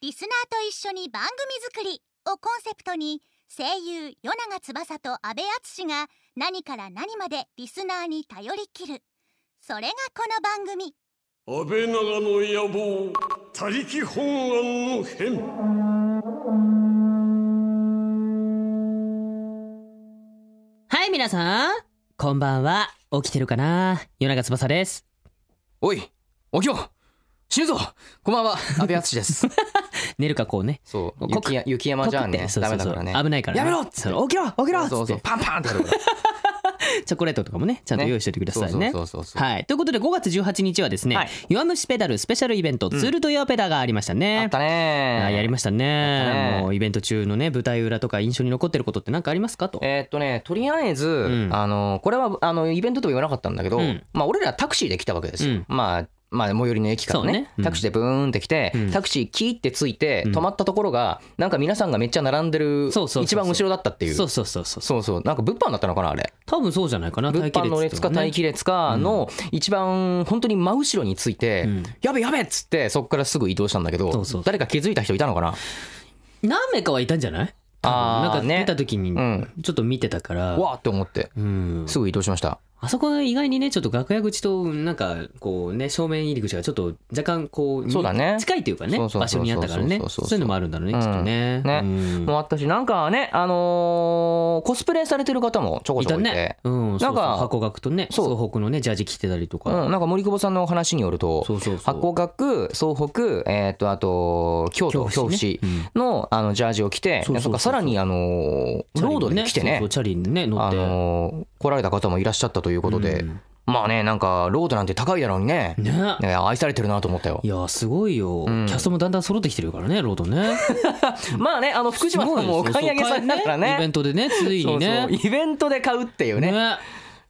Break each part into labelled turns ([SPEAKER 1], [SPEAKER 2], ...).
[SPEAKER 1] リスナーと一緒に番組作り」をコンセプトに声優与永翼と阿部淳が何から何までリスナーに頼りきるそれがこの番組
[SPEAKER 2] 安倍長の野望他力本願の変
[SPEAKER 3] はい、皆さん。こんばんは。起きてるかな夜中翼です。
[SPEAKER 4] おい起きろ死ぬぞこんばんは阿部淳です
[SPEAKER 3] 寝るかこうね。
[SPEAKER 4] そう
[SPEAKER 3] こく
[SPEAKER 4] 雪や雪山じゃん
[SPEAKER 3] こくっ
[SPEAKER 4] ね
[SPEAKER 3] てそう
[SPEAKER 4] ダ
[SPEAKER 3] そ
[SPEAKER 4] メ
[SPEAKER 3] う
[SPEAKER 4] だ
[SPEAKER 3] そ
[SPEAKER 4] か
[SPEAKER 3] う
[SPEAKER 4] らね
[SPEAKER 3] 危ないからね。
[SPEAKER 4] やめろっつって
[SPEAKER 3] そう起きろ起きろっつって
[SPEAKER 4] そうそうパンパンってやる から
[SPEAKER 3] チョコレートとかもね、ちゃんと
[SPEAKER 4] ね
[SPEAKER 3] 用意しておいてくださいね。
[SPEAKER 4] そうそうそうそう
[SPEAKER 3] はい。ということで5月18日はですね、
[SPEAKER 4] はい
[SPEAKER 3] 弱虫ペダルスペシャルイベント、ツールと弱ペダがありましたね。
[SPEAKER 4] あった
[SPEAKER 3] あ
[SPEAKER 4] ね
[SPEAKER 3] ーやりましたね
[SPEAKER 4] やったね
[SPEAKER 3] もうイベント中のね舞台裏とか印象に残ってることって何かありますかと、
[SPEAKER 4] えーっとねとりあえず、
[SPEAKER 3] ん
[SPEAKER 4] あのこれはあのイベントとは言わなかったんだけど、
[SPEAKER 3] うん
[SPEAKER 4] まあ俺らタクシーで来たわけです
[SPEAKER 3] う
[SPEAKER 4] よ、
[SPEAKER 3] ん
[SPEAKER 4] まあまあ最寄りの駅から
[SPEAKER 3] そ
[SPEAKER 4] ね
[SPEAKER 3] うねうん
[SPEAKER 4] タクシーでブーンって来て、
[SPEAKER 3] うん
[SPEAKER 4] タクシーキーってついて
[SPEAKER 3] うん
[SPEAKER 4] 止まったところが、なんか皆さんがめっちゃ並んでる
[SPEAKER 3] そうそうそうそう
[SPEAKER 4] 一番後ろだったっていう
[SPEAKER 3] そうそうそうそう
[SPEAKER 4] そうそうなんか物販だったのかなあれ
[SPEAKER 3] 多分そうじゃないかな
[SPEAKER 4] 物販の列か待機列かの一番本当に真後ろについて、
[SPEAKER 3] うん
[SPEAKER 4] やべやべっつってそこからすぐ移動したんだけど
[SPEAKER 3] そうそう
[SPEAKER 4] 誰か気づいた人いたのかな
[SPEAKER 3] 何名かはいたんじゃない多分
[SPEAKER 4] あー
[SPEAKER 3] なんか
[SPEAKER 4] ね
[SPEAKER 3] 出た時に
[SPEAKER 4] ん
[SPEAKER 3] ちょっと見てたから、
[SPEAKER 4] わーって思って
[SPEAKER 3] うん、
[SPEAKER 4] すぐ移動しました
[SPEAKER 3] あそこは意外にねちょっと楽屋口となんかこうね正面入り口がちょっと若干こうに
[SPEAKER 4] そうだね
[SPEAKER 3] 近いというかね
[SPEAKER 4] そうそうそうそう
[SPEAKER 3] 場所にあったからね
[SPEAKER 4] そう
[SPEAKER 3] そ
[SPEAKER 4] そうそううそ
[SPEAKER 3] い
[SPEAKER 4] う
[SPEAKER 3] うのもあるんだろうねき
[SPEAKER 4] うん
[SPEAKER 3] っとね,うん、
[SPEAKER 4] ねもうあったしなんかねあのーコスプレされてる方もちょこ
[SPEAKER 3] い
[SPEAKER 4] ちょ
[SPEAKER 3] た
[SPEAKER 4] こいて
[SPEAKER 3] ね、うん、そうそう
[SPEAKER 4] なんか
[SPEAKER 3] 箱学とね
[SPEAKER 4] そう
[SPEAKER 3] 総北のねジャージ着てたりとか、
[SPEAKER 4] うん、なんか森久保さんのお話によると
[SPEAKER 3] そうそうそう
[SPEAKER 4] 箱学総北、えー、とあと京
[SPEAKER 3] 恐
[SPEAKER 4] 都恐
[SPEAKER 3] 怖
[SPEAKER 4] 怖
[SPEAKER 3] 市ね
[SPEAKER 4] 市のあのジャージを着て
[SPEAKER 3] そうそうそうそう
[SPEAKER 4] そっかさらに、あのー
[SPEAKER 3] チャリ
[SPEAKER 4] ロー
[SPEAKER 3] に
[SPEAKER 4] ドで来て
[SPEAKER 3] そう
[SPEAKER 4] ね
[SPEAKER 3] そうチャリにね乗っ
[SPEAKER 4] あ
[SPEAKER 3] て、
[SPEAKER 4] のー来られた方もいらっしゃったということで、
[SPEAKER 3] うん
[SPEAKER 4] まあねなんかロードなんて高いだろうにね
[SPEAKER 3] ね
[SPEAKER 4] ね愛されてるなと思ったよ
[SPEAKER 3] いやーすごいよ、
[SPEAKER 4] うん
[SPEAKER 3] キャストもだんだん揃ってきてるからねロード ね
[SPEAKER 4] まあねあの福島さんもお買い上げされたから
[SPEAKER 3] イベ
[SPEAKER 4] ね
[SPEAKER 3] ントでねつい
[SPEAKER 4] そ
[SPEAKER 3] に
[SPEAKER 4] う
[SPEAKER 3] ね
[SPEAKER 4] そうイベントで買うっていうね
[SPEAKER 3] ね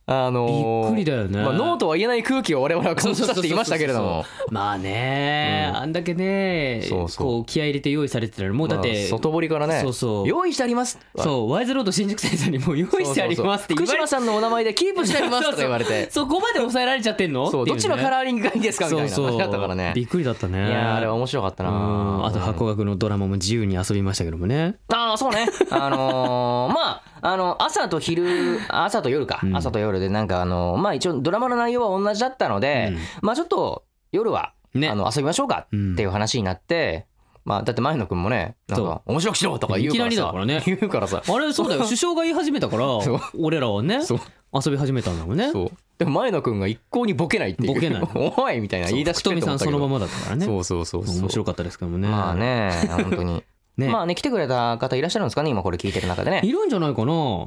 [SPEAKER 4] あのー
[SPEAKER 3] びっくりだよね
[SPEAKER 4] まあノーとは言えない空気を我々は感じたって言いましたけれども
[SPEAKER 3] まあね、
[SPEAKER 4] うん
[SPEAKER 3] あんだけね
[SPEAKER 4] そうそう
[SPEAKER 3] こう気合い入れて用意されてたらもうだっ
[SPEAKER 4] まあ
[SPEAKER 3] て、
[SPEAKER 4] 外堀からね
[SPEAKER 3] そうそう
[SPEAKER 4] 用意してあります
[SPEAKER 3] そうワイズロード新宿店さんにもう用意してありますって
[SPEAKER 4] そうそ
[SPEAKER 3] 言われ
[SPEAKER 4] う福島さんのお名前でキープしてありますとか言われて
[SPEAKER 3] そこまで抑えられちゃってんの
[SPEAKER 4] そうどっちのカ
[SPEAKER 3] ー
[SPEAKER 4] ラーリングがいいですかみたいな話だったからね
[SPEAKER 3] びっくりだったね
[SPEAKER 4] いやーあれは面白かった
[SPEAKER 3] う
[SPEAKER 4] なん
[SPEAKER 3] あと箱学のドラマも自由に遊びましたけどもね
[SPEAKER 4] ああそ うねあのーまああの朝と昼朝と夜か、
[SPEAKER 3] うん
[SPEAKER 4] 朝と夜でなんかあのーまあ一応ドラマの内容は同じだったので、
[SPEAKER 3] うん
[SPEAKER 4] まあちょっと夜は、
[SPEAKER 3] ね
[SPEAKER 4] あの遊びましょうか
[SPEAKER 3] うん
[SPEAKER 4] っていう話になって、まあだって前野くんもねなん
[SPEAKER 3] そう
[SPEAKER 4] か面白くしろとか言うからさ
[SPEAKER 3] いきなりだからね
[SPEAKER 4] 言うからさ
[SPEAKER 3] あれそうだよ首相が言い始めたから
[SPEAKER 4] そう
[SPEAKER 3] 俺らはね
[SPEAKER 4] そう
[SPEAKER 3] 遊び始めたんだもんね
[SPEAKER 4] そうでも前野くんが一向にボケないっていう
[SPEAKER 3] ボケない
[SPEAKER 4] おいみたいな言い出し
[SPEAKER 3] 福
[SPEAKER 4] てる
[SPEAKER 3] 富さん
[SPEAKER 4] と思った
[SPEAKER 3] そ
[SPEAKER 4] けど
[SPEAKER 3] のままだったからね
[SPEAKER 4] そうそうそうそう
[SPEAKER 3] 面白かったですけどもね
[SPEAKER 4] まあね本当に
[SPEAKER 3] ね
[SPEAKER 4] まあね来てくれた方いらっしゃるんですかね今これ聞いてる中でね
[SPEAKER 3] いるんじゃないかな。ね
[SPEAKER 4] ん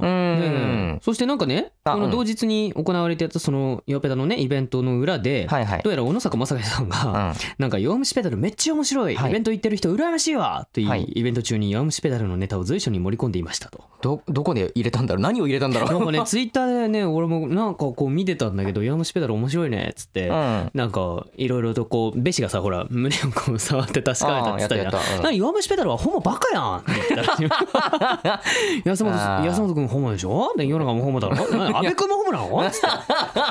[SPEAKER 3] えそしてなんかね、
[SPEAKER 4] あ
[SPEAKER 3] こ
[SPEAKER 4] う
[SPEAKER 3] の
[SPEAKER 4] ん
[SPEAKER 3] 同日に行われてたそのヨペダのねイベントの裏で、
[SPEAKER 4] はいはい
[SPEAKER 3] どうやら小野坂正也さんが、
[SPEAKER 4] うん
[SPEAKER 3] なんか弱虫ペダルめっちゃ面白い、
[SPEAKER 4] はい
[SPEAKER 3] イベント行ってる人羨ましいわっていう、
[SPEAKER 4] はい
[SPEAKER 3] イベント中に弱虫ペダルのネタを随所に盛り込んでいま したと。
[SPEAKER 4] どどこで入れたんだろう何を入れたんだろう
[SPEAKER 3] なんかねツイッターでね俺もなんかこう見てたんだけど弱虫ペダル面白いねっつって。
[SPEAKER 4] うん
[SPEAKER 3] なんかいろいろとこうベシがさほら胸をこう触って確かめたって言ってたじゃん
[SPEAKER 4] あーやったやったうん
[SPEAKER 3] なに弱虫ペダルはホモバカやんって言ってた らしい安本
[SPEAKER 4] あー
[SPEAKER 3] 安本君ホモでしょで世の中もホモだ ろなに阿部君もホモなのつ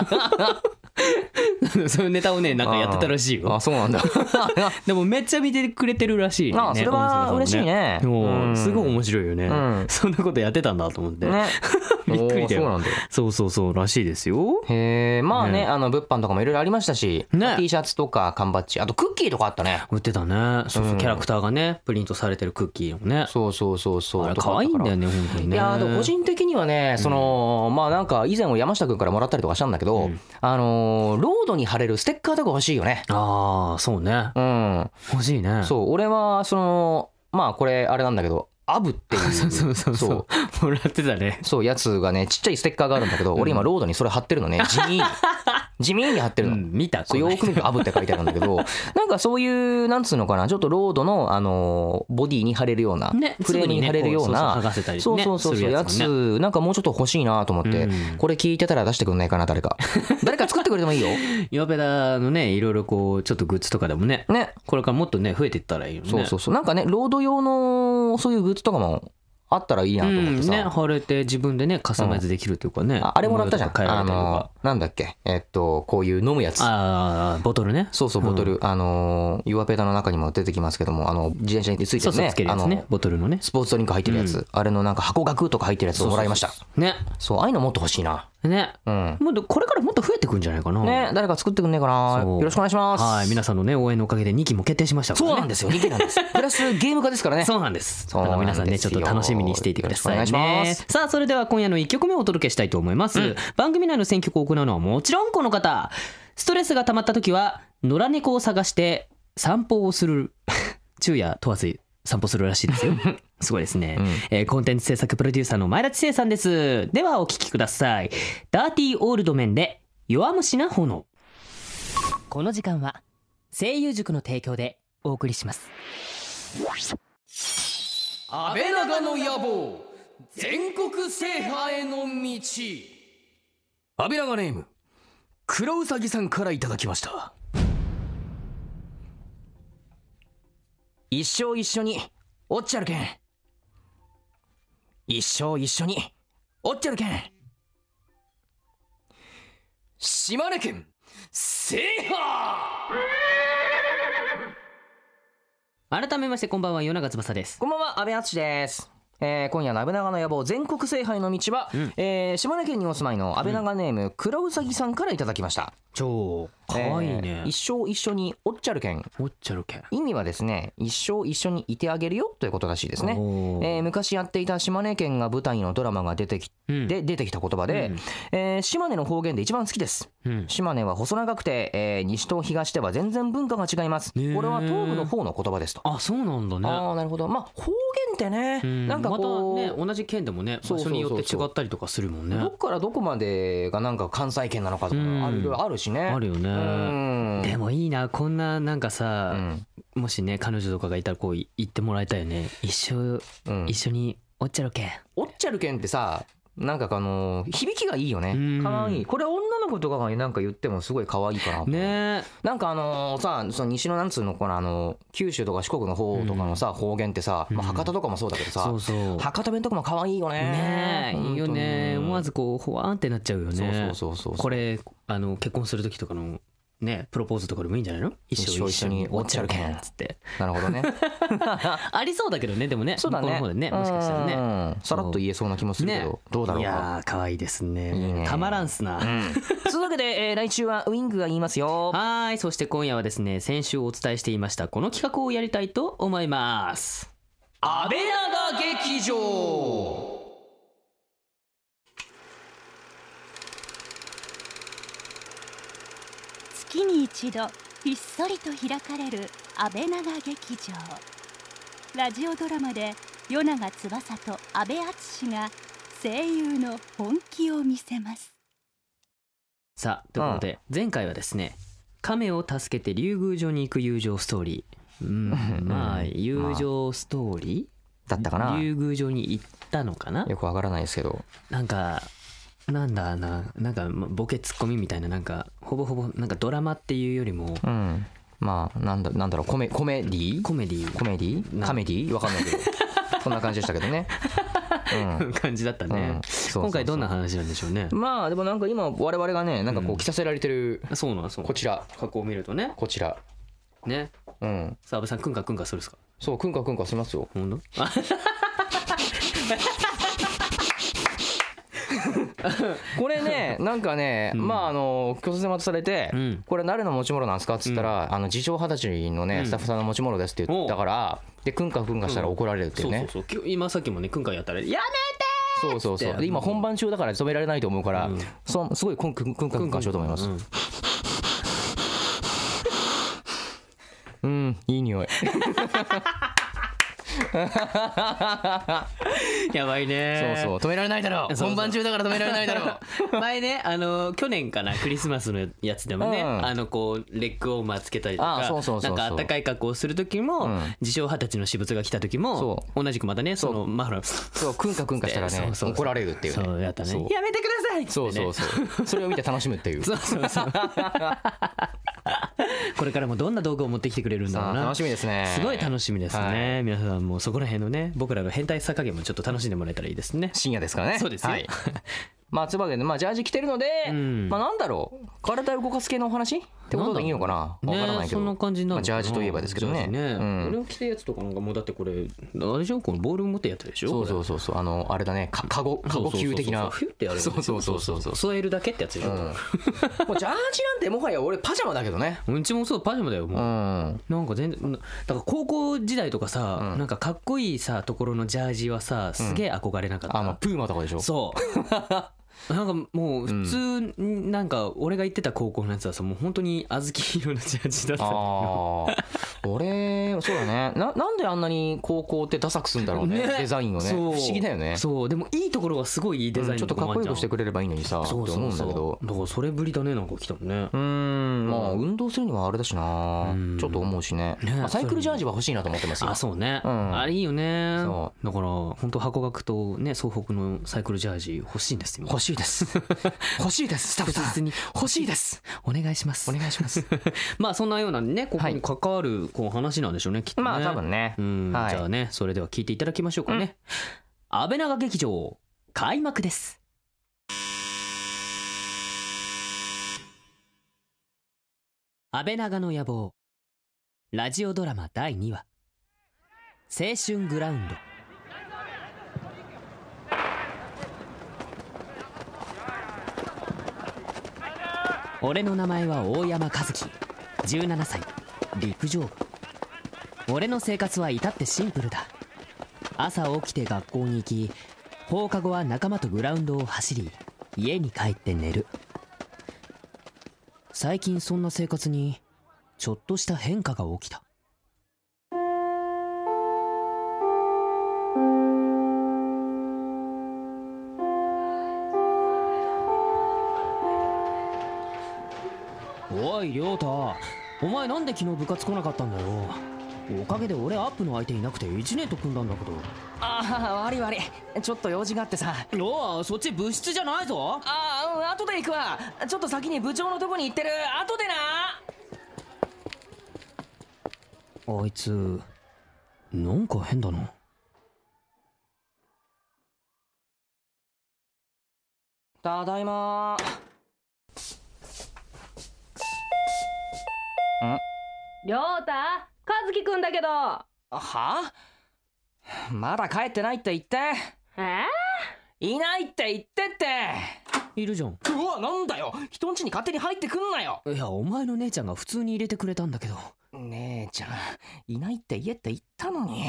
[SPEAKER 3] って そういうネタをねなんかやってたらしい
[SPEAKER 4] あ
[SPEAKER 3] よ
[SPEAKER 4] そ うなんだ
[SPEAKER 3] でもめっちゃ見てくれてるらしいね
[SPEAKER 4] あそれは嬉しいね
[SPEAKER 3] 小野坂さんもね
[SPEAKER 4] う
[SPEAKER 3] もうんすごい面白いよね、
[SPEAKER 4] うん
[SPEAKER 3] そんなことやってたんだと思って、
[SPEAKER 4] ね
[SPEAKER 3] びっくりだよ
[SPEAKER 4] おーそうなんだよ
[SPEAKER 3] そうそうそうらしいですよ
[SPEAKER 4] へえまあね
[SPEAKER 3] ね
[SPEAKER 4] あの物販とかもいろいろありましたし、
[SPEAKER 3] ね
[SPEAKER 4] T シャツとか缶バッジあとクッキーとかあったね
[SPEAKER 3] 売ってたねそうそう、
[SPEAKER 4] うん
[SPEAKER 3] キャラクターがねプリントされてるクッキーもね
[SPEAKER 4] そうそうそうそう
[SPEAKER 3] あれ
[SPEAKER 4] とか
[SPEAKER 3] 可
[SPEAKER 4] あっ
[SPEAKER 3] 愛
[SPEAKER 4] た
[SPEAKER 3] いん
[SPEAKER 4] から
[SPEAKER 3] だよね本当にね
[SPEAKER 4] いやーでも個人的にはね、そのまあなんか以前も山下君からもらったりとかしたんだけ
[SPEAKER 3] う
[SPEAKER 4] ど、
[SPEAKER 3] ん
[SPEAKER 4] あのーロードに貼れるステッカーとか欲しいよね。
[SPEAKER 3] ああそうね
[SPEAKER 4] うん、
[SPEAKER 3] 欲しいね
[SPEAKER 4] そう俺はそのまあこれあれなんだけどアブってい う
[SPEAKER 3] そうそうそうそう
[SPEAKER 4] そう
[SPEAKER 3] もらってたね
[SPEAKER 4] そうやつがねちっちゃいステッカーがあるんだけど、俺今ロードにそれ貼ってるの ね地味に地味に貼って
[SPEAKER 3] う
[SPEAKER 4] るの。
[SPEAKER 3] ん見た
[SPEAKER 4] そうよーく見ると「アブ」って書いてあるんだけどなんかそういうなんつうのかなちょっとロードの、あのーボディに貼れるような、
[SPEAKER 3] ね
[SPEAKER 4] フレームに貼れるよう
[SPEAKER 3] すぐにねこうそうそう剥
[SPEAKER 4] な
[SPEAKER 3] がせたりね
[SPEAKER 4] そうそうそう
[SPEAKER 3] す
[SPEAKER 4] そう
[SPEAKER 3] るや
[SPEAKER 4] や
[SPEAKER 3] つも
[SPEAKER 4] つなんかもうちょっと欲しいなと思って
[SPEAKER 3] うん
[SPEAKER 4] これ聞いてたら出してくんないかな誰か誰か作ってくれてもい いよ
[SPEAKER 3] 岩ペダのねいろいろこうちょっとグッズとかでもね
[SPEAKER 4] ね
[SPEAKER 3] これからもっとね増えていったらいいよね
[SPEAKER 4] そうそうそうなんかねロード用のそういうグッズとかもあったらいいな
[SPEAKER 3] う
[SPEAKER 4] と思っ
[SPEAKER 3] ん
[SPEAKER 4] て
[SPEAKER 3] ね
[SPEAKER 4] さ、
[SPEAKER 3] 貼れて自分でねカスタマイズできるというかね、
[SPEAKER 4] ああれもらったじゃん
[SPEAKER 3] 模様とか変
[SPEAKER 4] あ
[SPEAKER 3] えられたりとか
[SPEAKER 4] のなんだっけえっとこういう飲むやつ
[SPEAKER 3] あーボトルね
[SPEAKER 4] そうそうボトル、あのユアペダの中にも出てきますけどもあの自転車について
[SPEAKER 3] そう
[SPEAKER 4] る
[SPEAKER 3] そう
[SPEAKER 4] ね
[SPEAKER 3] つけるや
[SPEAKER 4] あ
[SPEAKER 3] つね
[SPEAKER 4] の
[SPEAKER 3] ボトルのね
[SPEAKER 4] スポーツドリンク入ってるやつ、あれのなんか箱ガクとか入ってるやつをもらいました
[SPEAKER 3] ね
[SPEAKER 4] そうああいうのもっと欲しいな
[SPEAKER 3] ね
[SPEAKER 4] うん
[SPEAKER 3] もうでこれからもっと増えてくんじゃないかな
[SPEAKER 4] ね誰か作ってくんねえかな
[SPEAKER 3] そう
[SPEAKER 4] よろしくお願いします
[SPEAKER 3] はい皆さんのね応援のおかげで2期も決定しましたからね
[SPEAKER 4] そうなん ですよ2期なんですプラスゲーム化ですからね
[SPEAKER 3] そうなんです。
[SPEAKER 4] そう
[SPEAKER 3] だから皆さんね、
[SPEAKER 4] なんで
[SPEAKER 3] ちょっ
[SPEAKER 4] す
[SPEAKER 3] と
[SPEAKER 4] よ
[SPEAKER 3] 楽しみにしていてくださいね。
[SPEAKER 4] よろしくお願いします
[SPEAKER 3] さあ、それでは今夜の1曲目をお届けしたいと思います。番組内の選曲を行うのはもちろんこの方。ストレスが溜まった時は、野良猫を探して散歩をする。 昼夜問わず散歩するらしい ですよ。すごいですね、
[SPEAKER 4] うん
[SPEAKER 3] えーコンテンツ制作プロデューサーの前田知世さんです。ではお聴きください。ダーティーオールドメンで弱虫な炎。この時間は声優塾の提供でお送りします。
[SPEAKER 5] 安倍長の野望全国制覇への道安倍長ネーム黒うさぎさんからいただきました
[SPEAKER 4] 一生一緒におっちゃるけん一生一緒におっちゃるけん
[SPEAKER 5] 島根県制覇
[SPEAKER 3] 改めましてこんばんは夜長翼です
[SPEAKER 4] こんばんは安倍敦ですえー今夜の「安倍長の野望全国制覇への道は」えー島根県にお住まいの安倍長ネーム、黒うさぎさんからいただきました
[SPEAKER 3] 超かわいいね、
[SPEAKER 4] えー一生一緒におっちゃるけん
[SPEAKER 3] おっちゃるけん
[SPEAKER 4] 意味はですね一生一緒にいてあげるよということらしいですね、
[SPEAKER 3] おー
[SPEAKER 4] えー昔やっていた島根県が舞台のドラマが出てき
[SPEAKER 3] うん
[SPEAKER 4] で出てきた言葉で、えー島根の方言で一番好きです
[SPEAKER 3] うん
[SPEAKER 4] 島根は細長くて、えー西と東では全然文化が違います
[SPEAKER 3] ねえ
[SPEAKER 4] これは東部の方の言葉ですと
[SPEAKER 3] あそうなんだね
[SPEAKER 4] ああなるほどまあ方言ってね、
[SPEAKER 3] うん
[SPEAKER 4] なんかこう、
[SPEAKER 3] またね同じ県でもね
[SPEAKER 4] そ
[SPEAKER 3] 場
[SPEAKER 4] うそ
[SPEAKER 3] 所
[SPEAKER 4] うそう
[SPEAKER 3] に
[SPEAKER 4] そ
[SPEAKER 3] よ
[SPEAKER 4] う
[SPEAKER 3] って違ったりとかするもんね
[SPEAKER 4] どっからどこまでがなんか関西圏なのかとか
[SPEAKER 3] うん
[SPEAKER 4] あるいろいろあるしね
[SPEAKER 3] あるよね
[SPEAKER 4] うん
[SPEAKER 3] でもいいなこんななんか
[SPEAKER 4] う
[SPEAKER 3] さ、
[SPEAKER 4] ん
[SPEAKER 3] もしね彼女とかがいたらこうい言ってもらいたいよね一緒、
[SPEAKER 4] うん
[SPEAKER 3] 一緒におっちゃるけん
[SPEAKER 4] おっちゃるけんってさなんかあの響きがいいよ
[SPEAKER 3] うん
[SPEAKER 4] ね可愛いこれ女の子とかがなんか言ってもすごい可愛いかな
[SPEAKER 3] ね
[SPEAKER 4] なんかあのさその西のなんつうのこのあの九州とか四国の方とかのさ方言ってさ、まあ、博多とかもそうだけどさ、
[SPEAKER 3] そうそう
[SPEAKER 4] 博多弁とかも可愛いよね
[SPEAKER 3] ねえいいよね
[SPEAKER 4] 本当に
[SPEAKER 3] 思わずこうほわーんってなっちゃうよね
[SPEAKER 4] そうそうそうそう
[SPEAKER 3] これあの結婚する時とかのねプロポーズとかでもいいんじゃないの一
[SPEAKER 4] 一
[SPEAKER 3] 緒
[SPEAKER 4] 生
[SPEAKER 3] 一
[SPEAKER 4] 一
[SPEAKER 3] 緒
[SPEAKER 4] 緒
[SPEAKER 3] に
[SPEAKER 4] に
[SPEAKER 3] おっちゃるけ
[SPEAKER 4] おっちゃる
[SPEAKER 3] ん
[SPEAKER 4] けん
[SPEAKER 3] っつって
[SPEAKER 4] なるほ どね
[SPEAKER 3] ありそうだけどねでもね
[SPEAKER 4] そうだ
[SPEAKER 3] 向
[SPEAKER 4] ね
[SPEAKER 3] この方でねもしかしたらね
[SPEAKER 4] うんさらっと言えそうな気もするけど、
[SPEAKER 3] ね
[SPEAKER 4] どうだろ
[SPEAKER 3] いう
[SPEAKER 4] か
[SPEAKER 3] やー可愛いですね
[SPEAKER 4] いいね
[SPEAKER 3] たまらんっすな、
[SPEAKER 4] そういうわけで、えー来週はウイングが言いますよ
[SPEAKER 3] はーいそして今夜はですね先週お伝えしていましたこの企画をやりたいと思います
[SPEAKER 5] 安倍長劇場
[SPEAKER 1] 月に一度ひっそりと開かれる安倍長劇場ラジオドラマで与永翼と安倍敦が声優の本気を見せます
[SPEAKER 3] さあということで、前回はですね亀を助けて竜宮城に行く友情ストーリーうんまあ友情ストーリ
[SPEAKER 4] だったか
[SPEAKER 3] ー
[SPEAKER 4] な
[SPEAKER 3] 竜宮城に行ったのかな
[SPEAKER 4] よくわからないですけど
[SPEAKER 3] なんかなんだななんかまボケツッコミみたいななんかほぼほぼなんかドラマっていうよりも
[SPEAKER 4] うんまあなんだなんだろうコメコメディ
[SPEAKER 3] コメディ
[SPEAKER 4] コメディ
[SPEAKER 3] な
[SPEAKER 4] カメディわかんない けどそんな感じでしたけどね、うん
[SPEAKER 3] ー感じだった
[SPEAKER 4] う
[SPEAKER 3] ね
[SPEAKER 4] んそうそうそう
[SPEAKER 3] 今回どんな話なんでしょうね
[SPEAKER 4] まあでもなんか今我々がねなんかこう着させられてる
[SPEAKER 3] そうなんそう
[SPEAKER 4] こちら
[SPEAKER 3] 過去を見るとね
[SPEAKER 4] こちら
[SPEAKER 3] ね
[SPEAKER 4] うん
[SPEAKER 3] さあ安倍さんくんかくんかするっすか
[SPEAKER 4] そうくんかくんかしますよ
[SPEAKER 3] ほんと
[SPEAKER 4] こ れねなんかねまああの拒絶待たされて
[SPEAKER 3] うん
[SPEAKER 4] これ誰の持ち物なんですかっつったらあの自称二十歳のねスタッフさんの持ち物ですって言ったからでくんかくんかしたら怒られるってい
[SPEAKER 3] そううそ
[SPEAKER 4] ね
[SPEAKER 3] うそうきゅ今さっきもねくんかやったら「や
[SPEAKER 4] そうそうそうで今本番中だから止められないと思うからそすごいくんくんくんかくんかしようと思います
[SPEAKER 3] うん
[SPEAKER 4] うんい い匂い
[SPEAKER 3] べやばい
[SPEAKER 4] そう
[SPEAKER 3] ね」
[SPEAKER 4] そう止められないだろ
[SPEAKER 3] そうそう
[SPEAKER 4] 本番中だから止められないだろ
[SPEAKER 3] 前ねあの去年かなクリスマスのやつでもね、
[SPEAKER 4] うん
[SPEAKER 3] あのこうレッグウォーマーつけたりと
[SPEAKER 4] あ
[SPEAKER 3] か
[SPEAKER 4] そうそうそうそう
[SPEAKER 3] なんかあったかい格好をする時も、
[SPEAKER 4] うん
[SPEAKER 3] 自称二十歳の私物が来た時も
[SPEAKER 4] そ
[SPEAKER 3] 同じくまたねそのマフラー
[SPEAKER 4] そうくんかくんかしたら
[SPEAKER 3] そ
[SPEAKER 4] ね
[SPEAKER 3] うそうそう
[SPEAKER 4] 怒られるっていう
[SPEAKER 3] そうやったね
[SPEAKER 4] そう
[SPEAKER 3] やめてくださいっつってね
[SPEAKER 4] そうそうそうそれを見て楽しむっていう
[SPEAKER 3] そうそうそうこれからもどんな道具を持ってきてくれるんだろ
[SPEAKER 4] さ
[SPEAKER 3] う
[SPEAKER 4] あ
[SPEAKER 3] な
[SPEAKER 4] 楽しみですね
[SPEAKER 3] すごい楽しみですね、
[SPEAKER 4] は
[SPEAKER 3] 皆さんもうそこら辺のね僕らの変態さ加減もちょっと楽しんでもらえたらいいですね
[SPEAKER 4] 深夜ですからね
[SPEAKER 3] そうですよ
[SPEAKER 4] はい、 まあつばけで、まあ、ジャージ着てるので、
[SPEAKER 3] うん
[SPEAKER 4] まあなんだろう体を動かす系のお話ってことでいいのかなわ
[SPEAKER 3] ね
[SPEAKER 4] からないけ
[SPEAKER 3] そ
[SPEAKER 4] ど、
[SPEAKER 3] んな感じになるのかな
[SPEAKER 4] まあジャージといえばですけどね
[SPEAKER 3] ジャージね
[SPEAKER 4] うん
[SPEAKER 3] 俺を着たやつとかなんかもうだってこれあれじゃんこのボール持ってやつでしょ
[SPEAKER 4] そうそううそうそうあのあれだねかカゴカゴ級的な
[SPEAKER 3] フュってやる
[SPEAKER 4] そう そうそうそうそう
[SPEAKER 3] 添えるだけってやつでし
[SPEAKER 4] うん、
[SPEAKER 3] ょ
[SPEAKER 4] もうジャージなんてもはや俺パジャマだけどね
[SPEAKER 3] うんちもそうパジャマだよ
[SPEAKER 4] う
[SPEAKER 3] もうんなんか全然だから高校時代とかさ、
[SPEAKER 4] うん
[SPEAKER 3] なんかかっこいいさところのジャージはさすげえ憧れなかった、
[SPEAKER 4] あのプーマとかでしょ
[SPEAKER 3] そうなんかもう 普通、なんか俺が行ってた高校のやつはさもう本当に小豆色のジャージだったのよ
[SPEAKER 4] ああ俺そうだねななんであんなに高校ってダサくすんだろうね
[SPEAKER 3] ね
[SPEAKER 4] デザインをね不
[SPEAKER 3] そう
[SPEAKER 4] 思議だよね
[SPEAKER 3] そうでもいいところはすごいいいデザイン
[SPEAKER 4] うんちょ
[SPEAKER 3] の
[SPEAKER 4] っとかっこよくしてくれればいいのにさって
[SPEAKER 3] そ
[SPEAKER 4] 思
[SPEAKER 3] うそううん
[SPEAKER 4] だ
[SPEAKER 3] そ
[SPEAKER 4] けど
[SPEAKER 3] うだからそれぶりだねなんか来たのね
[SPEAKER 4] うーんまあ運動するにはあれだしな
[SPEAKER 3] うん
[SPEAKER 4] ちょっと思うしね
[SPEAKER 3] ね
[SPEAKER 4] まあサイクルジャージは欲しいなと思ってますよ
[SPEAKER 3] あそうね、
[SPEAKER 4] うん
[SPEAKER 3] あれいいよね
[SPEAKER 4] そ
[SPEAKER 3] だから本当箱学とね総北のサイクルジャージ欲しいんですよ
[SPEAKER 4] 欲しいです 欲しいですスタッフさ
[SPEAKER 3] 切
[SPEAKER 4] ん
[SPEAKER 3] に
[SPEAKER 4] 欲しいです
[SPEAKER 3] お願いします
[SPEAKER 4] お願いします
[SPEAKER 3] まあそんなようなねここに関わるこう話なんでしょうねきっとね
[SPEAKER 4] まあ多分ね
[SPEAKER 3] うん、
[SPEAKER 4] はい
[SPEAKER 3] じゃあねそれでは聞いていただきましょうかね、安倍長劇場開幕です安倍長の野望ラジオドラマ第2話青春グラウンド俺の名前は大山和樹17歳陸上部俺の生活は至ってシンプルだ朝起きて学校に行き放課後は仲間とグラウンドを走り家に帰って寝る最近そんな生活にちょっとした変化が起きたおい亮太お前なんで昨日部活来なかったんだよおかげで俺アップの相手いなくて1年と組んだんだけ
[SPEAKER 4] ああ悪い悪いちょっと用事があってさ
[SPEAKER 3] どおいそっち部室じゃないぞ
[SPEAKER 4] ああうん後で行くわちょっと先に部長のとこに行ってる後でな
[SPEAKER 3] あいつなんか変だな
[SPEAKER 4] ただいまん
[SPEAKER 6] りょうた和樹くんだけど
[SPEAKER 4] はまだ帰ってないって言って
[SPEAKER 6] え
[SPEAKER 4] いないって言ってって
[SPEAKER 3] いるじゃん
[SPEAKER 4] うわなんだよ人ん家に勝手に入ってくんなよ
[SPEAKER 3] いやお前の姉ちゃんが普通に入れてくれたんだけど
[SPEAKER 4] 姉ちゃんいないって言えって言ったのに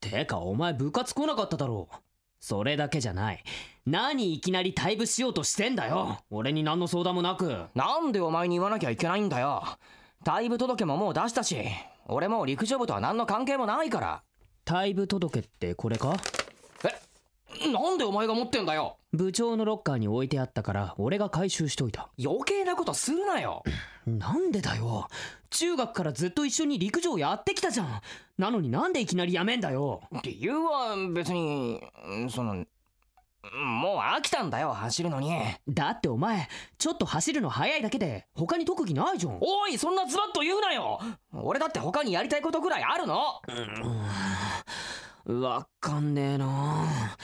[SPEAKER 3] てかお前部活来なかっただろうそれだけじゃない何いきなり退部しようとしてんだよ俺に何の相談もなく
[SPEAKER 4] なんでお前に言わなきゃいけないんだよ退部届ももう出したし俺もう陸上部とは何の関係もないから
[SPEAKER 3] 退部届ってこれか
[SPEAKER 4] えなんでお前が持ってんだよ
[SPEAKER 3] 部長のロッカーに置いてあったから俺が回収しといた
[SPEAKER 4] 余計なことするなよ
[SPEAKER 3] なんでだよ中学からずっと一緒に陸上やってきたじゃんなのになんでいきなりやめんだよ
[SPEAKER 4] 理由は別にうんそのもう飽きたんだよ走るのに
[SPEAKER 3] だってお前ちょっと走るの速いだけで他に特技ないじゃん
[SPEAKER 4] おいそんなズバッと言うなよ俺だって他にやりたいことぐらいあるの
[SPEAKER 3] わかんねえな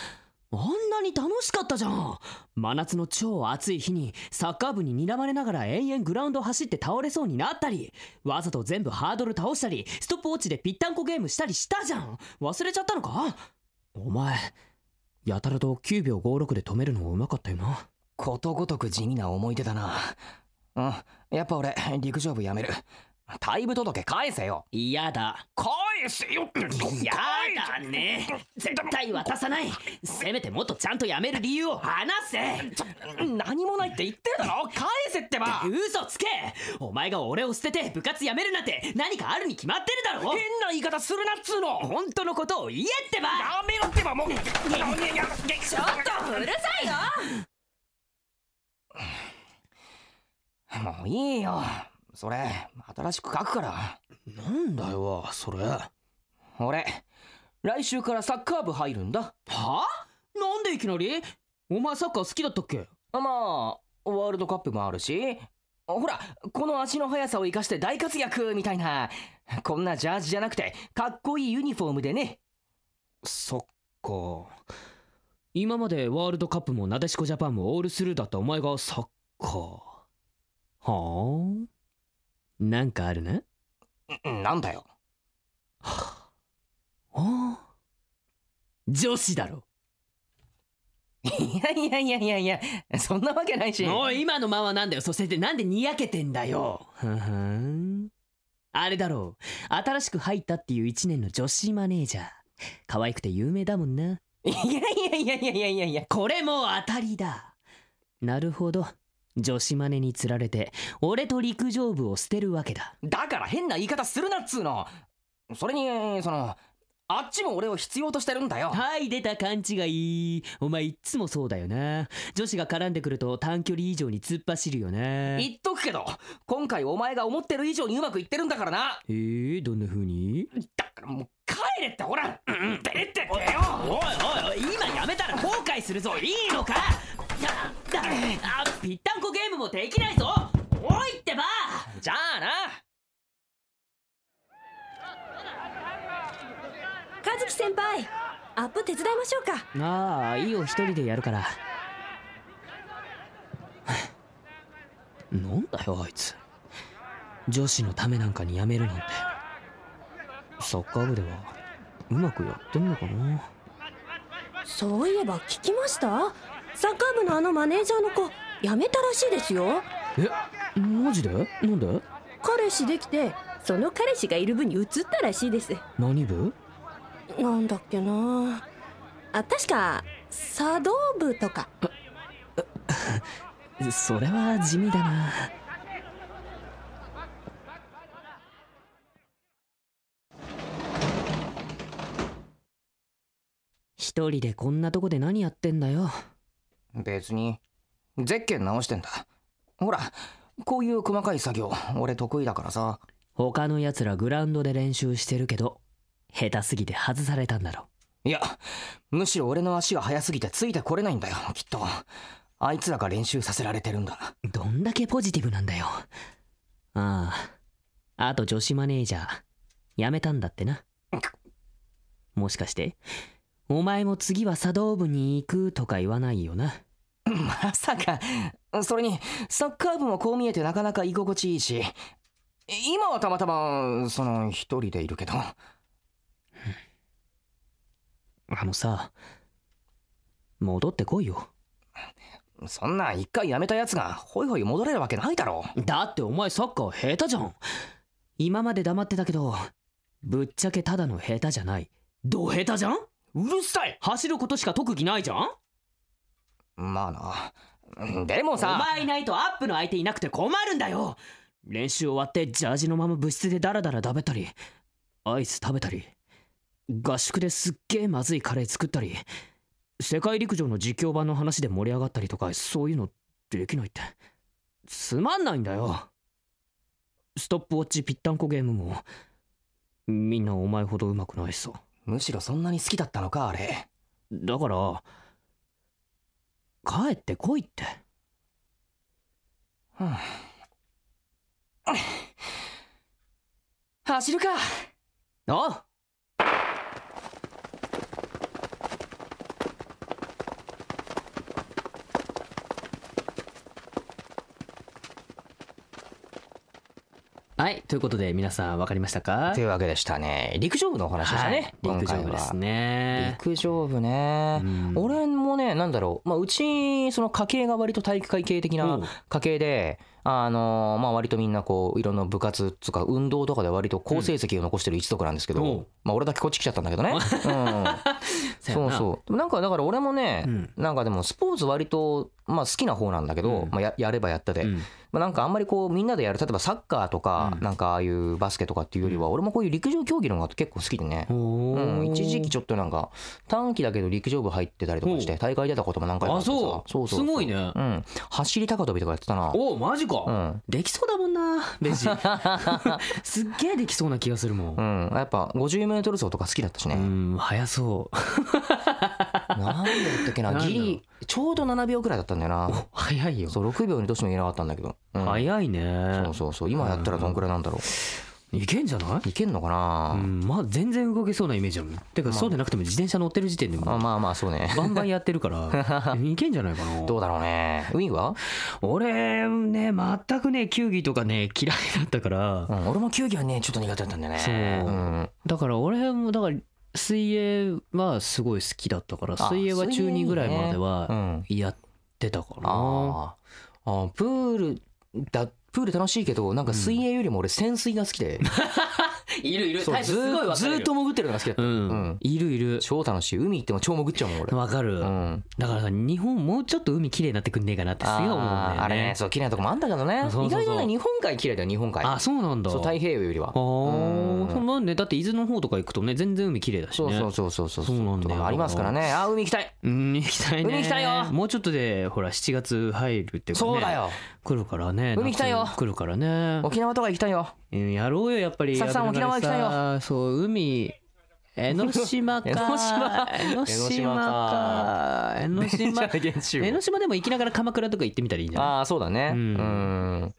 [SPEAKER 3] あんなに楽しかったじゃん真夏の超暑い日にサッカー部に睨まれながら延々グラウンド走って倒れそうになったりわざと全部ハードル倒したりストップウォッチでぴったんこゲームしたりしたじゃん忘れちゃったのかお前やたらと9秒56で止めるのうまかったよな
[SPEAKER 4] ことごとく地味な思い出だなうんやっぱ俺陸上部やめる退部届返せよ
[SPEAKER 3] 嫌だ
[SPEAKER 4] 返せよって
[SPEAKER 3] やだね絶対渡さないせめてもっとちゃんとやめる理由を話せ
[SPEAKER 4] 何もないって言ってるだろ返せってば
[SPEAKER 3] 嘘つけお前が俺を捨てて部活やめるなんて何かあるに決まってるだろ
[SPEAKER 4] 変な言い方するなっつうの
[SPEAKER 3] 本当のことを言えってば
[SPEAKER 4] やめろってばもうちょっとうるさいよもういいよそれ新しく書くから
[SPEAKER 3] なんだよそれは
[SPEAKER 4] 俺来週からサッカー部入るんだ
[SPEAKER 3] あなんでいきなりお前サッカー好きだったっけ
[SPEAKER 4] まあワールドカップもあるしほらこの足の速さを生かして大活躍みたいなこんなジャージじゃなくてかっこいいユニフォームでね
[SPEAKER 3] そっか今までワールドカップもなでしこジャパンもオールスルーだったお前がサッカーはあなんかあるなん
[SPEAKER 4] なんだよ
[SPEAKER 3] ああ女子だろ
[SPEAKER 4] いやいやいやいやいやそんなわけないし
[SPEAKER 3] おい今のままなんだよそしてなんでにやけてんだよふんふんあれだろう新しく入ったっていう1年の女子マネージャー可愛くて有名だもんない
[SPEAKER 4] やいやいやいやいやいや
[SPEAKER 3] これもう当たりだなるほど女子マネにつられて俺と陸上部を捨てるわけだ
[SPEAKER 4] だから変な言い方するなっつうのそれにそのあっちも俺を必要としてるんだよ
[SPEAKER 3] はい出た勘違いお前いっつもそうだよな女子が絡んでくると短距離以上に突っ走るよなえ
[SPEAKER 4] 言っとくけど今回お前が思ってる以上にうまくいってるんだからな
[SPEAKER 3] えー、どんな風に
[SPEAKER 4] だからもう帰れってほら出てってってよ
[SPEAKER 3] おいおいおい今やめたら後悔するぞいいのかやだあぴったんこゲームもできないぞおいってば
[SPEAKER 4] じゃあな
[SPEAKER 6] 和樹先輩アップ手伝いましょうか
[SPEAKER 3] ああいいよ一人でやるからはあなんだよあいつ女子のためなんかにやめるなんてサッカー部ではうまくやってんのかな
[SPEAKER 6] そういえば聞きましたサッカー部のあのマネージャーの子辞めたらしいですよ
[SPEAKER 3] えマジでなんで
[SPEAKER 6] 彼氏できてその彼氏がいる部に移ったらしいです
[SPEAKER 3] 何部
[SPEAKER 6] なんだっけなあ確か茶道部とか
[SPEAKER 3] それは地味だな一人でこんなとこで何やってんだよ
[SPEAKER 4] 別にゼッケン直してんだほらこういう細かい作業俺得意だからさ
[SPEAKER 3] 他のやつらグラウンドで練習してるけど下手すぎて外されたんだろ
[SPEAKER 4] いやむしろ俺の足が速すぎてついてこれないんだよきっとあいつらが練習させられてるんだ
[SPEAKER 3] どんだけポジティブなんだよあああと女子マネージャー辞めたんだってなもしかしてお前も次は茶道部に行くとか言わないよな
[SPEAKER 4] まさかそれにサッカー部もこう見えてなかなか居心地いいし今はたまたまその一人でいるけど
[SPEAKER 3] あのさ戻ってこいよ
[SPEAKER 4] そんな一回やめたやつがホイホイ戻れるわけないだろ
[SPEAKER 3] だってお前サッカー下手じゃん今まで黙ってたけどぶっちゃけただの下手じゃないど下手じゃん
[SPEAKER 4] うるさい
[SPEAKER 3] 走ることしか特技ないじゃん
[SPEAKER 4] まあなでも
[SPEAKER 3] お
[SPEAKER 4] さ
[SPEAKER 3] 前いないとアップの相手いなくて困るんだよ練習終わってジャージのまま部室でダラダラ食べたりアイス食べたり合宿ですっげえまずいカレー作ったり世界陸上の実況版の話で盛り上がったりとかそういうのできないってつまんないんだよストップウォッチぴったんこゲームもみんなお前ほど上手くないしさ
[SPEAKER 4] むしろそんなに好きだったのかあれ
[SPEAKER 3] だから帰ってこいって
[SPEAKER 4] 走るか
[SPEAKER 3] あはいということで皆さん分かりましたか
[SPEAKER 4] というわけでしたね陸上部のお話でしたね、
[SPEAKER 3] はい、陸上部
[SPEAKER 4] 今回は
[SPEAKER 3] ですね
[SPEAKER 4] 陸上部ね、
[SPEAKER 3] うん
[SPEAKER 4] 俺もねなんだろう、まあ、うちその家系が割と体育会系的な
[SPEAKER 3] うん
[SPEAKER 4] 家系で、あのーまあ、割とみんなこういろんな部活とか運動とかで割と好成績を残してる一族なんですけど、
[SPEAKER 3] うん
[SPEAKER 4] まあ、俺だけこっち来ちゃったんだけどね、 うん、
[SPEAKER 3] や
[SPEAKER 4] そう
[SPEAKER 3] な
[SPEAKER 4] そうでもなんかだから俺もね、
[SPEAKER 3] うん
[SPEAKER 4] なんかでもスポーツ割と、まあ、好きな方なんだけど、
[SPEAKER 3] うん
[SPEAKER 4] まあ、ややればやったで、
[SPEAKER 3] うん
[SPEAKER 4] まあ、なんかあんまりこうみんなでやる例えばサッカーとか、
[SPEAKER 3] うん
[SPEAKER 4] なんかああいうバスケとかっていうよりは俺もこういう陸上競技の方が結構好きでね、
[SPEAKER 3] お
[SPEAKER 4] うん、
[SPEAKER 3] ー
[SPEAKER 4] 一時期ちょっとなんか短期だけど陸上部入ってたりとかして大会出たことも何回かあ
[SPEAKER 3] あ
[SPEAKER 4] ってさ
[SPEAKER 3] そう
[SPEAKER 4] そうそう
[SPEAKER 3] すごいね
[SPEAKER 4] うん、走り高跳びとかやってたな
[SPEAKER 3] おおマジかど、
[SPEAKER 4] うん
[SPEAKER 3] できそうだもんなベ ジすっげえできそうな気がするも、
[SPEAKER 4] うんんやっぱ 50m 走とか好きだったしね、
[SPEAKER 3] うん、速そう
[SPEAKER 4] なんでだったっけな
[SPEAKER 3] なんだろう
[SPEAKER 4] ギリちょうど7秒くらいだったんだよな
[SPEAKER 3] 速いよ、
[SPEAKER 4] そう6秒にどうしても入れなかったんだけど、うん
[SPEAKER 3] 速いね
[SPEAKER 4] そうそうそう今やったらどんくらいなんだろ
[SPEAKER 3] いけんじゃないう
[SPEAKER 4] いけんのか
[SPEAKER 3] う
[SPEAKER 4] な、
[SPEAKER 3] ん、まあ全然動けそうなイメージあるてかそうでなくても自転車乗ってる時点でも
[SPEAKER 4] あまあまあそうね
[SPEAKER 3] バンバンやってるから いけんじゃないかな
[SPEAKER 4] どうだろうねウィンは、
[SPEAKER 3] 俺ね全くね球技とかね嫌いだったから
[SPEAKER 4] うん、俺も球技はねちょっと苦手だったんだよね、
[SPEAKER 3] そうんだから俺もだから水泳はすごい好きだったから
[SPEAKER 4] あ
[SPEAKER 3] 水泳は中2ぐらいまで
[SPEAKER 4] う
[SPEAKER 3] は
[SPEAKER 4] ん、
[SPEAKER 3] やってたかな
[SPEAKER 4] あーあープールだプール楽しいけどなんか水泳よりも俺潜水が好き で、
[SPEAKER 3] いるいる
[SPEAKER 4] そうずーずーっと潜ってるのが好きだった、
[SPEAKER 3] う
[SPEAKER 4] うん
[SPEAKER 3] んいるいる
[SPEAKER 4] 超楽しい海行っても超潜っちゃうもん俺、
[SPEAKER 3] わかる
[SPEAKER 4] うん、
[SPEAKER 3] だからさ日本もうちょっと海きれいになってくんねえかなってすげえ思うんだよね
[SPEAKER 4] あーあれねそう綺麗なとこもあんだけどね
[SPEAKER 3] そうそうそう
[SPEAKER 4] 意外とね日本海綺麗だよ日本海
[SPEAKER 3] あそうなんだ
[SPEAKER 4] そう太平洋よりは
[SPEAKER 3] あ
[SPEAKER 4] うん
[SPEAKER 3] あそうなんねだって伊豆の方とか行くとね全然海綺麗だし
[SPEAKER 4] そう
[SPEAKER 3] ね
[SPEAKER 4] そうそうそうそう
[SPEAKER 3] そうなんだよ
[SPEAKER 4] とかありますからねあー海行きたい
[SPEAKER 3] うん行きたいね
[SPEAKER 4] 海行きたいよ
[SPEAKER 3] もうちょっとでほら7月入るっていうかね
[SPEAKER 4] そうだよ
[SPEAKER 3] 来るからね
[SPEAKER 4] 海行きたいよ
[SPEAKER 3] 夏来るからね
[SPEAKER 4] 沖縄とか行きた いよ
[SPEAKER 3] うんやろうよやっぱり
[SPEAKER 4] さっさん
[SPEAKER 3] やるなら
[SPEAKER 4] 沖縄行きた
[SPEAKER 3] さそう海江ノ島か
[SPEAKER 4] 江ノ島
[SPEAKER 3] 江ノ島か江ノ 島江ノ島でも行きながら鎌倉とか行ってみたらいいんじゃない
[SPEAKER 4] ああそうだねう
[SPEAKER 3] うん
[SPEAKER 4] ん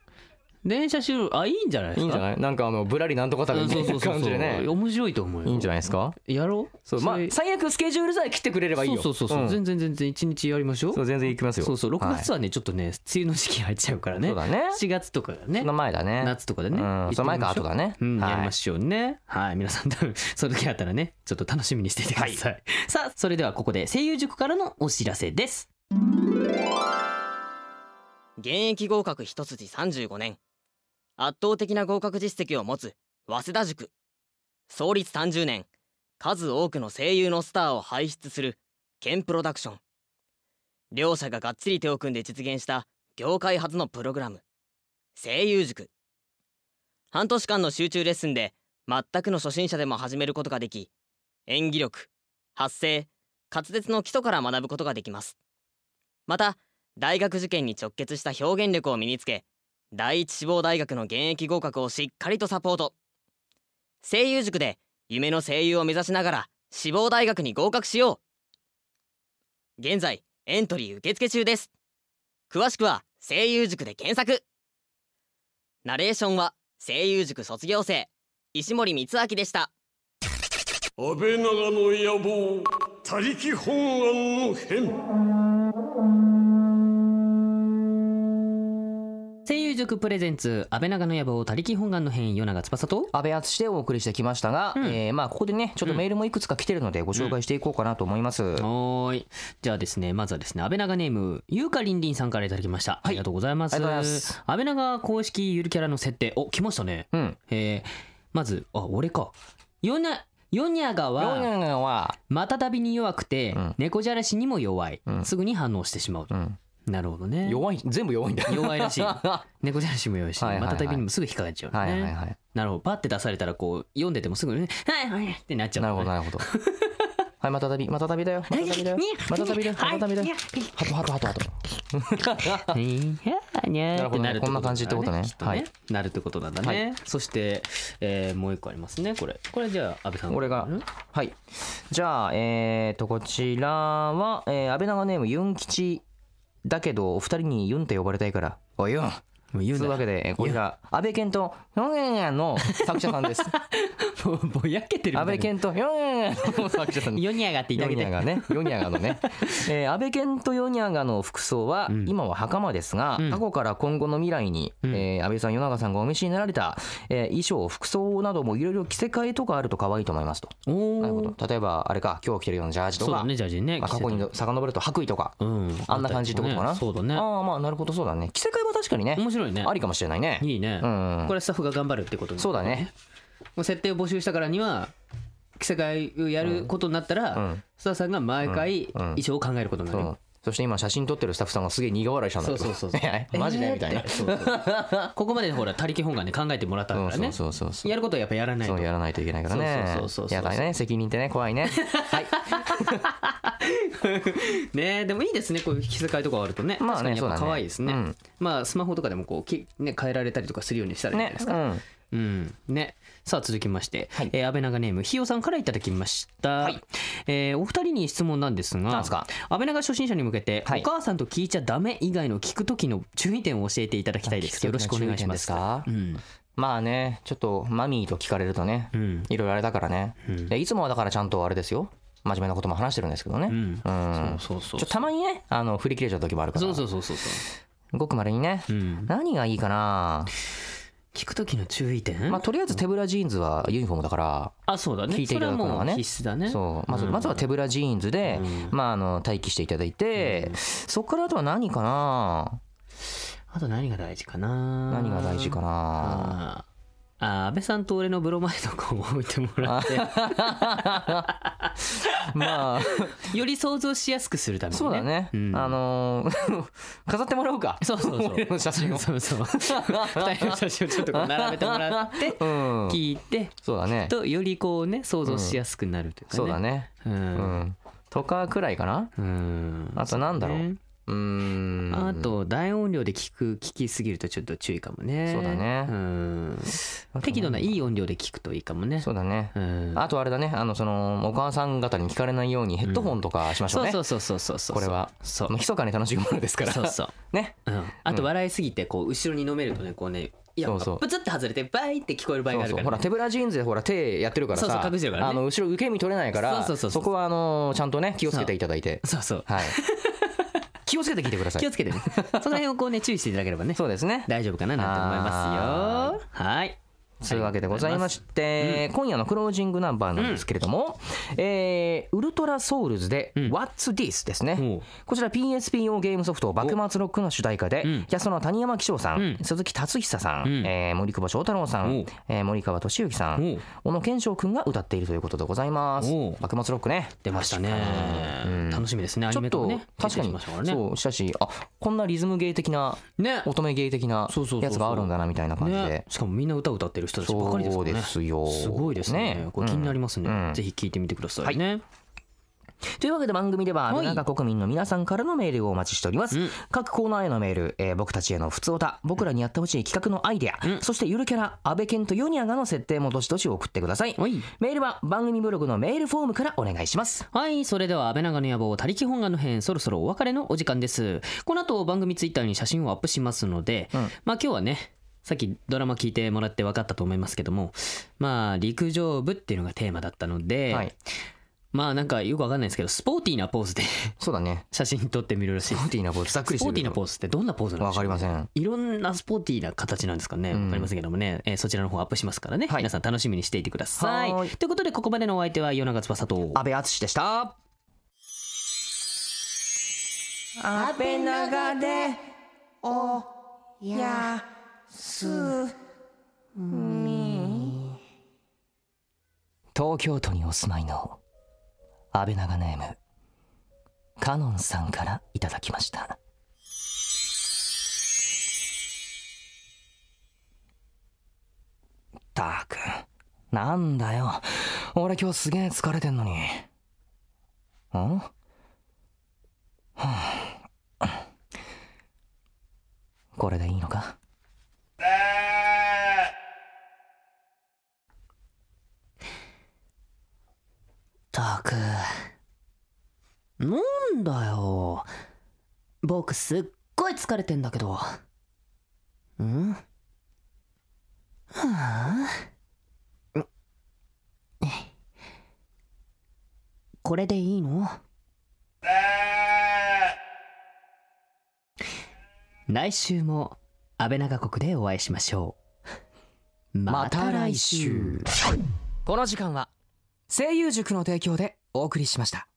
[SPEAKER 3] 電車収録あいいんじゃないです
[SPEAKER 4] い
[SPEAKER 3] か
[SPEAKER 4] いんじゃ
[SPEAKER 3] い
[SPEAKER 4] ないなんかあのぶらりなんとか旅みた
[SPEAKER 3] そ
[SPEAKER 4] いう
[SPEAKER 3] そ
[SPEAKER 4] な
[SPEAKER 3] うそう
[SPEAKER 4] 感じ
[SPEAKER 3] そ
[SPEAKER 4] でね
[SPEAKER 3] う面白いと思うよ
[SPEAKER 4] いいんじゃないですか
[SPEAKER 3] やろう
[SPEAKER 4] そうまあ
[SPEAKER 3] れ
[SPEAKER 4] 最悪スケジュールさえ切ってくれればいいよ
[SPEAKER 3] そうそうそうそう、
[SPEAKER 4] ん
[SPEAKER 3] 全然全然一日やりましょう
[SPEAKER 4] そう全然行きますよ
[SPEAKER 3] そうそう6月
[SPEAKER 4] は
[SPEAKER 3] はね、ちょっとね梅雨の時期入っちゃうから
[SPEAKER 4] い
[SPEAKER 3] ね
[SPEAKER 4] そうだね
[SPEAKER 3] 4月とかがね
[SPEAKER 4] その前だね
[SPEAKER 3] 夏とかでね
[SPEAKER 4] うんその前か後だね
[SPEAKER 3] うん、
[SPEAKER 4] はい
[SPEAKER 3] やりましょうねはい皆さん多分その時あったらねちょっと楽しみにしていてください、さあそれではここで声優塾からのお知らせです
[SPEAKER 7] 現役合格一筋35年圧倒的な合格実績を持つ早稲田塾創立30年数多くの声優のスターを輩出するケンプロダクション両者ががっちり手を組んで実現した業界初のプログラム声優塾半年間の集中レッスンで全くの初心者でも始めることができ演技力発声滑舌の基礎から学ぶことができますまた大学受験に直結した表現力を身につけ第一志望大学の現役合格をしっかりとサポート声優塾で夢の声優を目指しながら志望大学に合格しよう現在エントリー受付中です詳しくは声優塾で検索ナレーションは声優塾卒業生石森光明でした
[SPEAKER 2] 安倍長の野望他力本願の変
[SPEAKER 3] 声優塾プレゼンツ安倍長の野望他力本願の変与永翼と
[SPEAKER 4] 安倍敦でお送りしてきましたが、
[SPEAKER 3] うん
[SPEAKER 4] えーまあここでねちょっとメールもいくつか来てるのでご紹介していこうかなと思います、
[SPEAKER 3] はーいじゃあですねまずはですね安倍長ネームゆうかりんりんさんからいただきました、ありがとうございます
[SPEAKER 4] ありがとうございます
[SPEAKER 3] 安倍長公式ゆるキャラの設定お来ましたね
[SPEAKER 4] うん
[SPEAKER 3] えーまずあ俺かヨニャヨニャガ
[SPEAKER 4] ヨ
[SPEAKER 3] は
[SPEAKER 4] ニャンは、
[SPEAKER 3] 瞬びに弱くて、
[SPEAKER 4] ん
[SPEAKER 3] 猫じゃらしにも弱い、
[SPEAKER 4] ん
[SPEAKER 3] すぐに反応してしまうと、
[SPEAKER 4] うん、
[SPEAKER 3] なるほどね
[SPEAKER 4] 弱い全部弱いんだ
[SPEAKER 3] 弱いら しい猫じゃらしも弱いし
[SPEAKER 4] はいはいはい
[SPEAKER 3] 瞬びにもすぐ引っかかっちゃうの
[SPEAKER 4] はい
[SPEAKER 3] ね、
[SPEAKER 4] はいはい
[SPEAKER 3] なるほどパッて出されたらこう読んでてもすぐね「はいはい」ってなっちゃう
[SPEAKER 4] なる
[SPEAKER 3] の
[SPEAKER 4] ほ
[SPEAKER 3] ね
[SPEAKER 4] どなるほど はいまたたびまたたびだよまたたびだよまたたびだよまたたびだよハトハトハトハト
[SPEAKER 3] いやにゃーってなるって
[SPEAKER 4] なるほどねこんな感じってことね
[SPEAKER 3] きっと
[SPEAKER 4] はい
[SPEAKER 3] なるってことなんだね、
[SPEAKER 4] はい
[SPEAKER 3] そして、えーもう一個ありますねこれこれじゃあ安倍さん
[SPEAKER 4] 俺がはいじゃあえーとこちらは、えー、安倍長ネームユン吉だけどお二人にユンって呼ばれたいからおいユン
[SPEAKER 3] もう言うん
[SPEAKER 4] という
[SPEAKER 3] だ
[SPEAKER 4] わけでえーこちら安倍健とヨンヤンヤンの作者さん です
[SPEAKER 3] もうぼやけてる
[SPEAKER 4] 安
[SPEAKER 3] みたい
[SPEAKER 4] 倍
[SPEAKER 3] な
[SPEAKER 4] 健とヨンヤンヤンの作者さんです
[SPEAKER 3] ヨニャガって言
[SPEAKER 4] ヨ
[SPEAKER 3] ってあげ
[SPEAKER 4] ニ
[SPEAKER 3] て
[SPEAKER 4] ャがね、ヨニャがのね、 えー、安倍健とヨニャがの服装は、
[SPEAKER 3] ん
[SPEAKER 4] 今は袴ですが、
[SPEAKER 3] うん
[SPEAKER 4] 過去から今後の未来に、
[SPEAKER 3] ん
[SPEAKER 4] えー安倍さん、ヨナガさんがお召しになられた、えー衣装、服装などもいろいろ着せ替えとかあると可愛いと思いますと。
[SPEAKER 3] お
[SPEAKER 4] なるほ
[SPEAKER 3] お
[SPEAKER 4] ど。例えば、あれか、今日着てるようなジャージと
[SPEAKER 3] そう
[SPEAKER 4] か、
[SPEAKER 3] だねジャージね
[SPEAKER 4] まあ、過去に遡ると白衣とか、
[SPEAKER 3] うん
[SPEAKER 4] あんな感じってことかな。
[SPEAKER 3] そうだね
[SPEAKER 4] ああ、まあ、なるほど、そうだね。着せ替えは確かにね、
[SPEAKER 3] 面白いね
[SPEAKER 4] ありかもしれないね。
[SPEAKER 3] いいね、
[SPEAKER 4] うん
[SPEAKER 3] これスタッフが頑張るってことに
[SPEAKER 4] そうだね。
[SPEAKER 3] もう設定を募集したからには着せ替えをやることになったら、
[SPEAKER 4] うん
[SPEAKER 3] スタッフさんが毎回
[SPEAKER 4] うん
[SPEAKER 3] 衣装を考えることにな
[SPEAKER 4] そ
[SPEAKER 3] る、
[SPEAKER 4] う。そして今、写真撮ってるスタッフさんがすげえ苦 笑いしたんだ
[SPEAKER 3] そ
[SPEAKER 4] け
[SPEAKER 3] う
[SPEAKER 4] ど。
[SPEAKER 3] そうそうそう
[SPEAKER 4] マジでみたいな。
[SPEAKER 3] そうそう ここまでほら他力本願ね考えてもらったからね、
[SPEAKER 4] うんそうそうそうそう
[SPEAKER 3] やることはやっぱやらないと
[SPEAKER 4] そうやらないといけないからね
[SPEAKER 3] そうそうそうそう
[SPEAKER 4] やだね責任ってね怖いねはい
[SPEAKER 3] ねえでもいいですねこういう引き遣いとかあるとね,、
[SPEAKER 4] まあ
[SPEAKER 3] 確か
[SPEAKER 4] ね
[SPEAKER 3] にやっぱ
[SPEAKER 4] そうだね
[SPEAKER 3] 可愛いですね
[SPEAKER 4] うん
[SPEAKER 3] まあスマホとかでもこうき、ね、変えられたりとかするようにしたらいいんじゃないです
[SPEAKER 4] ね
[SPEAKER 3] か、
[SPEAKER 4] うん
[SPEAKER 3] うんね、さあ続きまして、
[SPEAKER 4] はい
[SPEAKER 3] えー安倍長ネームひよさんからいただきました、
[SPEAKER 4] はい
[SPEAKER 3] えーお二人に質問なんですが
[SPEAKER 4] なんですか
[SPEAKER 3] 安倍長初心者に向けて、
[SPEAKER 4] はい
[SPEAKER 3] お母さんと聞いちゃダメ以外の聞く時の注意点を教えていただきたいです
[SPEAKER 4] あ
[SPEAKER 3] よろしくお願いします
[SPEAKER 4] 聞く時の注
[SPEAKER 3] うん
[SPEAKER 4] まあねちょっとマミーと聞かれるとね
[SPEAKER 3] うん
[SPEAKER 4] いろいろあれだからね、
[SPEAKER 3] うん
[SPEAKER 4] でいつもはだからちゃんとあれですよ真面目なことも話してるんですけどね、
[SPEAKER 3] うん
[SPEAKER 4] うん
[SPEAKER 3] そうそう
[SPEAKER 4] ち
[SPEAKER 3] そ
[SPEAKER 4] ょたまにねあの振り切れちゃう時もあるから
[SPEAKER 3] うそうそうそうそ
[SPEAKER 4] ごくまれにね、
[SPEAKER 3] う、うん、
[SPEAKER 4] 何がいいかな、
[SPEAKER 3] 聞く時の注意点、
[SPEAKER 4] まあ、とりあえず手ぶらジーンズはユニフォームだから、
[SPEAKER 3] あそうだね
[SPEAKER 4] 聞いていただくの
[SPEAKER 3] そ
[SPEAKER 4] はね
[SPEAKER 3] れはもう必須だね
[SPEAKER 4] そうまず
[SPEAKER 3] うん
[SPEAKER 4] まずは手ぶらジーンズで、まあ、あの待機していただいて、そこからあとは何かな
[SPEAKER 3] あと何が大事かな
[SPEAKER 4] 何が大事かな
[SPEAKER 3] あーあー安倍さんと俺のブロマイドを置いてもらって
[SPEAKER 4] まあ
[SPEAKER 3] より想像しやすくするためにね
[SPEAKER 4] そうだね、
[SPEAKER 3] ん
[SPEAKER 4] あのー 飾ってもらおうか
[SPEAKER 3] そうそうそう
[SPEAKER 4] 俺らの写真を
[SPEAKER 3] そう そう二人の写真をちょっとこう並べてもらって
[SPEAKER 4] うん
[SPEAKER 3] 聞いて
[SPEAKER 4] そうだね
[SPEAKER 3] とよりこうね想像しやすくなるというかね
[SPEAKER 4] そうだね
[SPEAKER 3] う
[SPEAKER 4] うんんとかくらいかな
[SPEAKER 3] うん
[SPEAKER 4] あとなんだろう
[SPEAKER 3] ね
[SPEAKER 4] うーん
[SPEAKER 3] あと大音量で聞く聞きすぎるとちょっと注意かもね
[SPEAKER 4] そうだね
[SPEAKER 3] うん適度ないい音量で聞くといいかもね
[SPEAKER 4] そうだね
[SPEAKER 3] うん
[SPEAKER 4] あとあれだねあのそのお母さん方に聞かれないようにヘッドホンとかしましょう
[SPEAKER 3] そ
[SPEAKER 4] ね
[SPEAKER 3] うそうそうそうそうそう
[SPEAKER 4] これは
[SPEAKER 3] そう
[SPEAKER 4] まあ密かに楽しいものですから
[SPEAKER 3] そうそう
[SPEAKER 4] ね
[SPEAKER 3] うん、あと笑いすぎてこう後ろに飲めるとねこうねいや
[SPEAKER 4] そうそう
[SPEAKER 3] プツッて外れてバイって聞こえる場合
[SPEAKER 4] そ
[SPEAKER 3] がある
[SPEAKER 4] うそう
[SPEAKER 3] か
[SPEAKER 4] ほ
[SPEAKER 3] ら、
[SPEAKER 4] ら
[SPEAKER 3] ね、
[SPEAKER 4] 手ぶらジーンズでほら手やってるから
[SPEAKER 3] そうそ
[SPEAKER 4] さ
[SPEAKER 3] う隠してるからね
[SPEAKER 4] あの後ろ受け身取れないから
[SPEAKER 3] そうそうそうそう
[SPEAKER 4] そこはあのちゃんとね気をつけていただいて
[SPEAKER 3] そうそう
[SPEAKER 4] はい気をつけて聞いてくださ
[SPEAKER 3] 気
[SPEAKER 4] い
[SPEAKER 3] をつけて ねその辺をこうね注意していただければね
[SPEAKER 4] そうですね
[SPEAKER 3] 大丈夫かななんて思いますよはい
[SPEAKER 4] というわけでございまして、今夜のクロージングナンバーなんですけれども、えーウルトラソウルズで
[SPEAKER 3] うん
[SPEAKER 4] 「What's This」ですね、
[SPEAKER 3] おう
[SPEAKER 4] こちら PSP 用ゲームソフト「幕末ロック」の主題歌で、
[SPEAKER 3] うん
[SPEAKER 4] 安野谷山紀章さん、
[SPEAKER 3] うん
[SPEAKER 4] 鈴木達久さん、
[SPEAKER 3] うん
[SPEAKER 4] えー森久保祥太郎さ、
[SPEAKER 3] おうん
[SPEAKER 4] えー森川俊之さ
[SPEAKER 3] おうん
[SPEAKER 4] 小野賢章君が歌っているということでございます
[SPEAKER 3] おう
[SPEAKER 4] 幕末ロックね
[SPEAKER 3] 出ましたね
[SPEAKER 4] うん
[SPEAKER 3] 楽しみですねアニ
[SPEAKER 4] ちょっ
[SPEAKER 3] メと
[SPEAKER 4] と
[SPEAKER 3] かね
[SPEAKER 4] 確
[SPEAKER 3] 出て
[SPEAKER 4] か
[SPEAKER 3] き
[SPEAKER 4] に
[SPEAKER 3] ましたからね
[SPEAKER 4] そうしたしあこんなリズム芸的な
[SPEAKER 3] ね
[SPEAKER 4] 乙女芸的な
[SPEAKER 3] そうそうそうそう
[SPEAKER 4] やつがあるんだなみたいな感じで、
[SPEAKER 3] ねしかもみんな歌歌ってる人たちばかりですからね
[SPEAKER 4] そうですよ
[SPEAKER 3] すごいですね
[SPEAKER 4] ね
[SPEAKER 3] これ気になりますね、
[SPEAKER 4] うん
[SPEAKER 3] ぜひ聞いてみてくださいね、
[SPEAKER 4] というわけで番組では安
[SPEAKER 3] はい
[SPEAKER 4] 倍長国民の皆さんからのメールをお待ちしております、
[SPEAKER 3] うん
[SPEAKER 4] 各コーナーへのメール、えー僕たちへの普通歌僕らにやってほしい企画のアイデア、
[SPEAKER 3] うん
[SPEAKER 4] そしてゆるキャラ安倍健とヨニアがの設定もどしどし送ってください、
[SPEAKER 3] はい
[SPEAKER 4] メールは番組ブログのメールフォームからお願いします
[SPEAKER 3] はい、それでは安倍長の野望、他力本願の編、そろそろお別れのお時間です。この後番組ツイッターに写真をアップしますので、
[SPEAKER 4] うん
[SPEAKER 3] まあ今日はね、さっきドラマ聞いてもらって分かったと思いますけども、まあ陸上部っていうのがテーマだったので、
[SPEAKER 4] はい
[SPEAKER 3] まあなんかよくわかんないですけど、スポーティーなポーズで
[SPEAKER 4] そうだね
[SPEAKER 3] 写真撮ってみるらしい。
[SPEAKER 4] スポーティーなポーズざっくり
[SPEAKER 3] ス
[SPEAKER 4] して
[SPEAKER 3] ポー
[SPEAKER 4] る
[SPEAKER 3] ティー
[SPEAKER 4] け
[SPEAKER 3] な
[SPEAKER 4] ど
[SPEAKER 3] ポーズってどんなポーズなん
[SPEAKER 4] わ
[SPEAKER 3] でしょ
[SPEAKER 4] か
[SPEAKER 3] う
[SPEAKER 4] りません
[SPEAKER 3] いろんなスポーティーな形なんですかね、
[SPEAKER 4] うん
[SPEAKER 3] わかりませんけどもね、えーそちらの方アップしますからね、
[SPEAKER 4] はい
[SPEAKER 3] 皆さん楽しみにしていてください。
[SPEAKER 4] はーい
[SPEAKER 3] ということでここまでのお相手は夜長翼と
[SPEAKER 4] 安倍敦でした安倍長でおやすみ東京都にお住まいの安倍長ネームカノンさんからいただきましたったくなんだよ俺今日すげえ疲れてんのにんはあこれでいいのか
[SPEAKER 3] ったく。なんだよ。僕すっごい疲れてんだけど。んはあんこれでいいの来週も安倍長国でお会いしましょう。また来週。
[SPEAKER 4] この時間は声優塾の提供でお送りしました